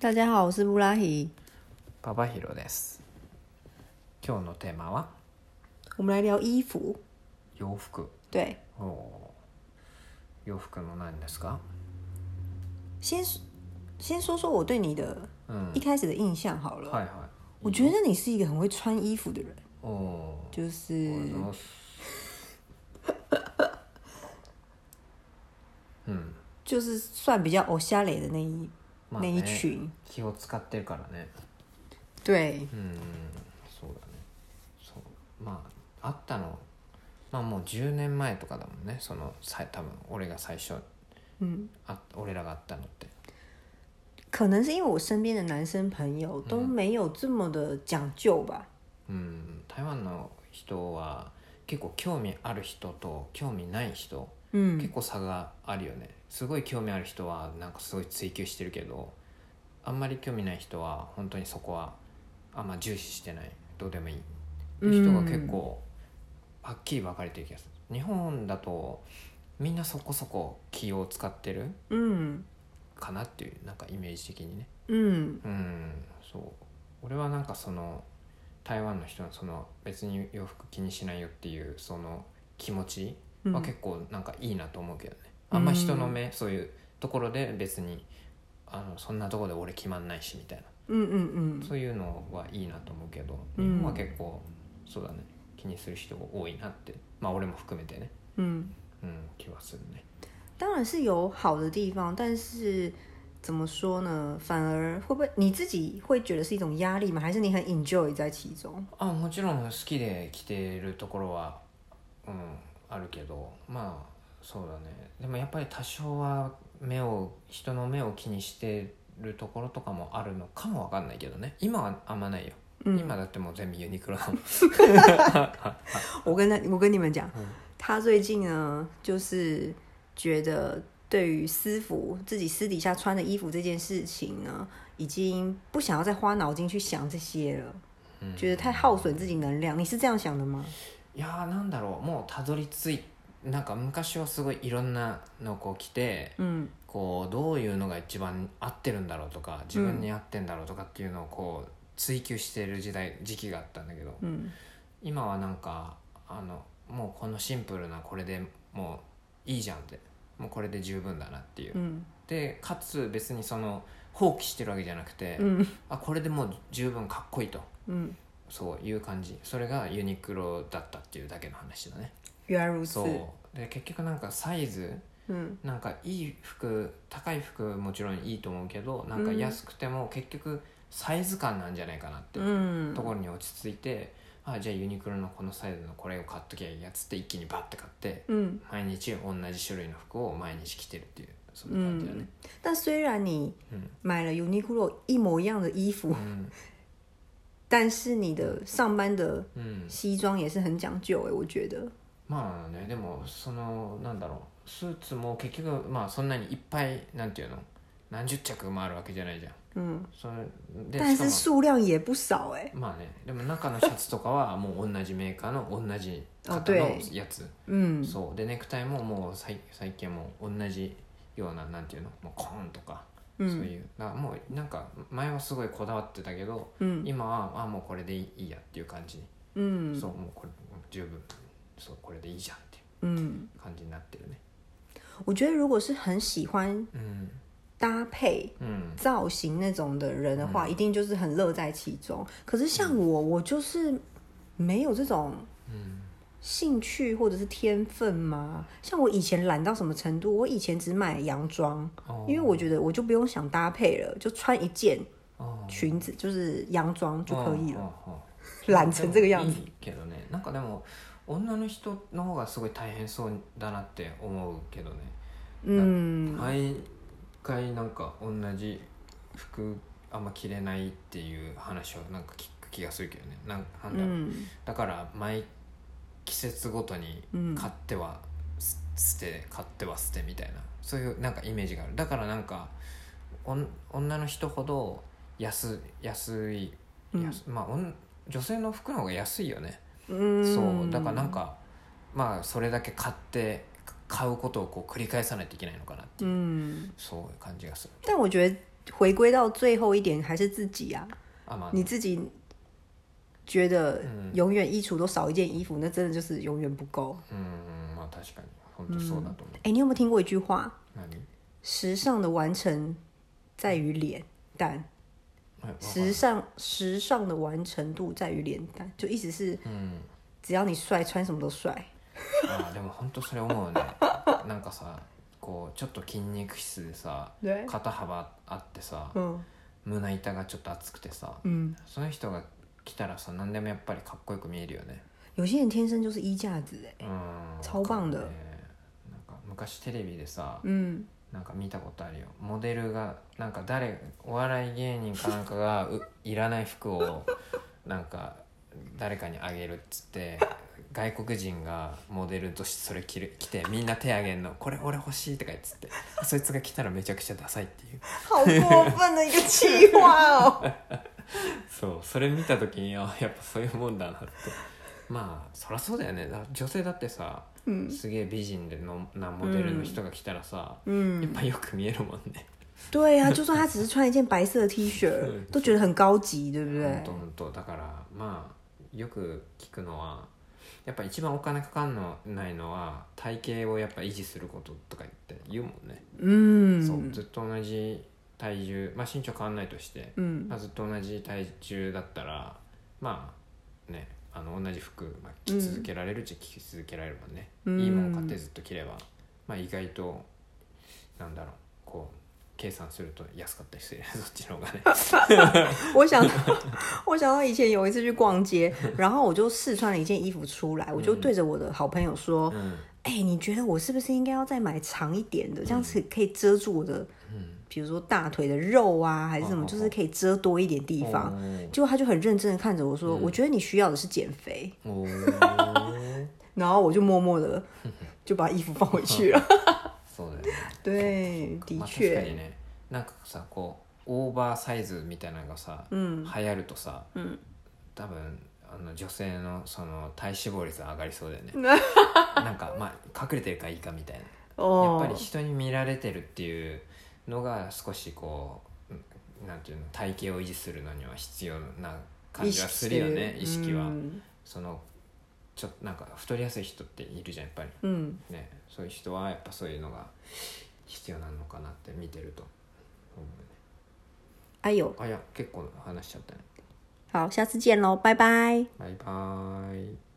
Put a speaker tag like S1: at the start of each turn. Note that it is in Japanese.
S1: 大家好，我是布拉希。
S2: パパヒロです今日のテーマは
S1: 我们来聊衣服。
S2: 洋服
S1: 对，
S2: おおー洋服の何ですか
S1: 先说先说说我对你的
S2: うん
S1: 一开始的印象好了。
S2: はいはい
S1: 我觉得你是一个很会穿衣服的人，
S2: おおー
S1: 就是
S2: ありがとうございますうん
S1: 就是算比较偶像类的那一、
S2: まあ
S1: 那一
S2: ね
S1: 群。
S2: 気を使ってるからね
S1: 对，
S2: うんそうだねそうまああったのまあもう10年前とかだもんねそのさ多分俺が最初
S1: 嗯，
S2: あ俺らがあったのって
S1: 可能是因为我身边的男生朋友都没有这么的讲究吧。
S2: うん台湾の人は結構興味ある人と興味ない人、
S1: 嗯
S2: 結構差があるよねすごい興味ある人はなんかすごい追求してるけどあんまり興味ない人は本当にそこはあんま重視してないどうでもいいっていう人が結構はっきり分かれてる気がする日本だとみんなそこそこ気を使ってる
S1: 嗯
S2: かなっていうなんかイメージ的にね
S1: 嗯
S2: うんそう俺はなんかその台湾の人のその別に洋服気にしないよっていうその気持ち
S1: 嗯
S2: は結構なんかいいなと思うけどね、あんま人の目そういうところで別にあのそんなとこで俺決まんないしみたいな、
S1: 嗯嗯嗯，
S2: そういうのはいいなと思うけど
S1: う
S2: 日
S1: ん
S2: 本は結構そうだね気にする人が多いなってまあ俺も含めてね
S1: 嗯。
S2: うん気はするね
S1: 当然是有好的地方，但是怎么说呢？反而会不会你自己会觉得是一种压力吗？还是你很 enjoy 在其中？
S2: あもちろん好きで着てるところはうんあるけどまあそうだねでもやっぱり多少は目を人の目を気にしてるところとかもあるのかもわかんないけどね今はあんまないよ、
S1: 嗯
S2: 今だってもう全部ユニクロ だもん
S1: 我跟他，我跟你们讲，他最近呢，就是觉得对于私服自己私底下穿的衣服这件事情呢，已经不想要再花脑筋去想这些了，
S2: 嗯
S1: 觉得太耗损自己能量。你是这样想的吗？
S2: いやーなんだろうもうたどり着いなんか昔はすごいいろんなのこう着て
S1: 嗯
S2: こうどういうのが一番合ってるんだろうとか自分に合ってんだろうとかっていうのをこう追求してる時代時期があったんだけど、
S1: 嗯
S2: 今はなんかあのもうこのシンプルなこれでもういいじゃんってもうこれで十分だなっていう、
S1: 嗯
S2: でかつ別にその放棄してるわけじゃなくて、
S1: 嗯
S2: あこれでもう十分かっこいいと
S1: 嗯，
S2: そういう感じそれがユニクロだったっていうだけの話だね
S1: 原来如此
S2: そ。うで結局なんかサイズ
S1: 嗯
S2: なんかいい服高い服もちろんいいと思うけどなんか安くても結局サイズ感なんじゃないかなって、
S1: 嗯
S2: ところに落ち着いて、あじゃあユニクロのこのサイズのこれを買っときゃいいやつって一気にバッて買って
S1: 嗯。
S2: 毎日同じ種類の服を毎日着てるっていうそんな感じだね、
S1: 但虽然你买了 Uniqlo 一模一样的衣服， 但是你的上班的
S2: うん
S1: 西装也是很讲究哎、我觉得。
S2: まあねでもそのなんだろうスーツも結局まあそんなにいっぱいなんていうの何十着もあるわけじゃないじゃん
S1: 嗯，
S2: それで
S1: 但是
S2: しか
S1: 数量也不少哎、
S2: もまあねでも中のシャツとかは もう同じメーカーの同じ
S1: あ
S2: 型の
S1: 对
S2: やつ
S1: 嗯
S2: そうでネクタイももう最最近もう同じようななんていうのもうコーンとか、そう
S1: 嗯
S2: いうだからもうなんか前はすごいこだわってたけど、
S1: 嗯
S2: 今はあもうこれでいいやっていう感じ、
S1: 嗯
S2: そうもうこれ十分そうこれでいいじゃんってい
S1: 嗯，
S2: う感じになってるね
S1: 我觉得如果是很喜欢
S2: うん
S1: 搭配
S2: うん
S1: 造型那种的人的话，一定就是很乐在其中。可是像我，我就是没有这种
S2: うん
S1: 兴趣或者是天分吗？像我以前懒到什么程度？我以前只买洋装，
S2: 哦
S1: 因为我觉得我就不用想搭配了，就穿一件
S2: あー
S1: 裙子，就是洋装就可以了，
S2: あーあー
S1: 懒成这个样子。
S2: いいけどねなんかでも女の人の方がすごい大変そうだなって思うけどね
S1: 嗯，
S2: 毎回なんか同じ服あんま着れないっていう話をなんか聞く気がするけどねなんなんだろう、
S1: 嗯
S2: だから毎季節ごとに
S1: うん
S2: 買ってはす捨て買っては捨てみたいなそういうなんかイメージがあるだからなんかおん女の人ほど安安い、
S1: うん
S2: 安まあおん女性の服の方が安いよね
S1: 嗯，
S2: そうだからなんかまあそれだけ買って買うことをこう繰り返さないといけないのかなっていう
S1: 嗯，
S2: そういう感じがする
S1: 但我觉得回归到最后一点还是自己啊，
S2: あまあ
S1: 你自己觉得
S2: うん
S1: 永远衣橱都少一件衣服，那真的就是永远不够。
S2: 嗯うんまあ確かに本当そうだと思う、
S1: 哎、你有没有听过一句话？
S2: 何
S1: 时尚的完成在于脸蛋，
S2: はいわか
S1: 时
S2: る
S1: 尚时尚的完成度在于脸蛋，就意思是
S2: うん
S1: 只要你帅，穿什么都帅。
S2: あーでも本当それ思うねなんかさこうちょっと筋肉質でさ
S1: 对，
S2: 肩幅あってさ
S1: 嗯
S2: 胸板がちょっと厚くてさ
S1: 嗯，
S2: その人が来たらさ何でもやっぱりかっこよく見えるよね
S1: 有些人天生就是衣架子哎、
S2: うん
S1: 超棒だ
S2: わかるねなんか昔テレビでさ
S1: 嗯
S2: なんか見たことあるよモデルがなんか誰お笑い芸人かなんかがういらない服をなんか誰かにあげるっつって外国人がモデルとしてそれ着る着てみんな手あげんの「これ俺欲しい」とか言っつってそいつが着たらめちゃくちゃダサいっていう
S1: 好过分的一个计划哦！
S2: そうそれ見た時にあやっぱそういうもんだなってまあそりゃそうだよねだ女性だってさ
S1: 嗯
S2: すげえ美人でのなモデルの人が来たらさ、や
S1: 嗯
S2: っ，ぱよく見えるもんね
S1: 对啊，就算他只是穿一件白色的 T 恤
S2: 对，嗯
S1: 都觉得很高级，对不
S2: 本
S1: 对
S2: 当？本当だからまあよく聞くのはやっぱ一番お金かかんのないのは体型をやっぱ維持することとか言って言うもんね、そう
S1: 嗯
S2: ずっと同じ体重まあ身長変わんないとして、
S1: 嗯
S2: まあ、ずっと同じ体重だったらまあねあの同じ服、まあ、着続けられるっちゃ着続けられるもんね、
S1: うん
S2: いいもん買ってずっと着れば、まあ、意外となんだろうこう計算すると安かったりする そっちの方がね
S1: 我想 到，我想到以前有一次去逛街，然后我就试穿了一件衣服出来，我
S2: 嗯
S1: 就对着我的好朋友说
S2: うん：“
S1: 哎、你觉得我是不是应该要再买长一点
S2: 嗯
S1: 的，这样子可以遮住我的，比如说大腿的肉啊，还是什么，
S2: 哦
S1: 就是可以遮多一点地方。”
S2: お
S1: 结果他就很认真的看着我
S2: 嗯
S1: 说：“我觉得你需要的是减肥。”
S2: ーおー
S1: 然后我就默默 的就把衣服放回去
S2: 哦
S1: 了。
S2: そうだよね
S1: 对，的
S2: まあ、確か
S1: 确，
S2: にねなんかさこうオーバーサイズみたいなのがさ、
S1: ん
S2: 流行るとさ、多分あの女性のその体脂肪率上がりそうだよ ねなんかまあ隠れてるからいいかみたいなやっぱ
S1: 哦
S2: り，人に見られてるっていうのが少しこううんなんていうの体型を維持するのには必要な感じはするよね意識は、
S1: 嗯
S2: そのちょっとなんか太りやすい人っているじゃんやっぱり
S1: 嗯，
S2: ねそういう人はやっぱそういうのが必要なのかなって見てると思うね
S1: 哎呦，
S2: あいや結構話しちゃったね
S1: 好，下次见喽，拜拜。
S2: バイバーイ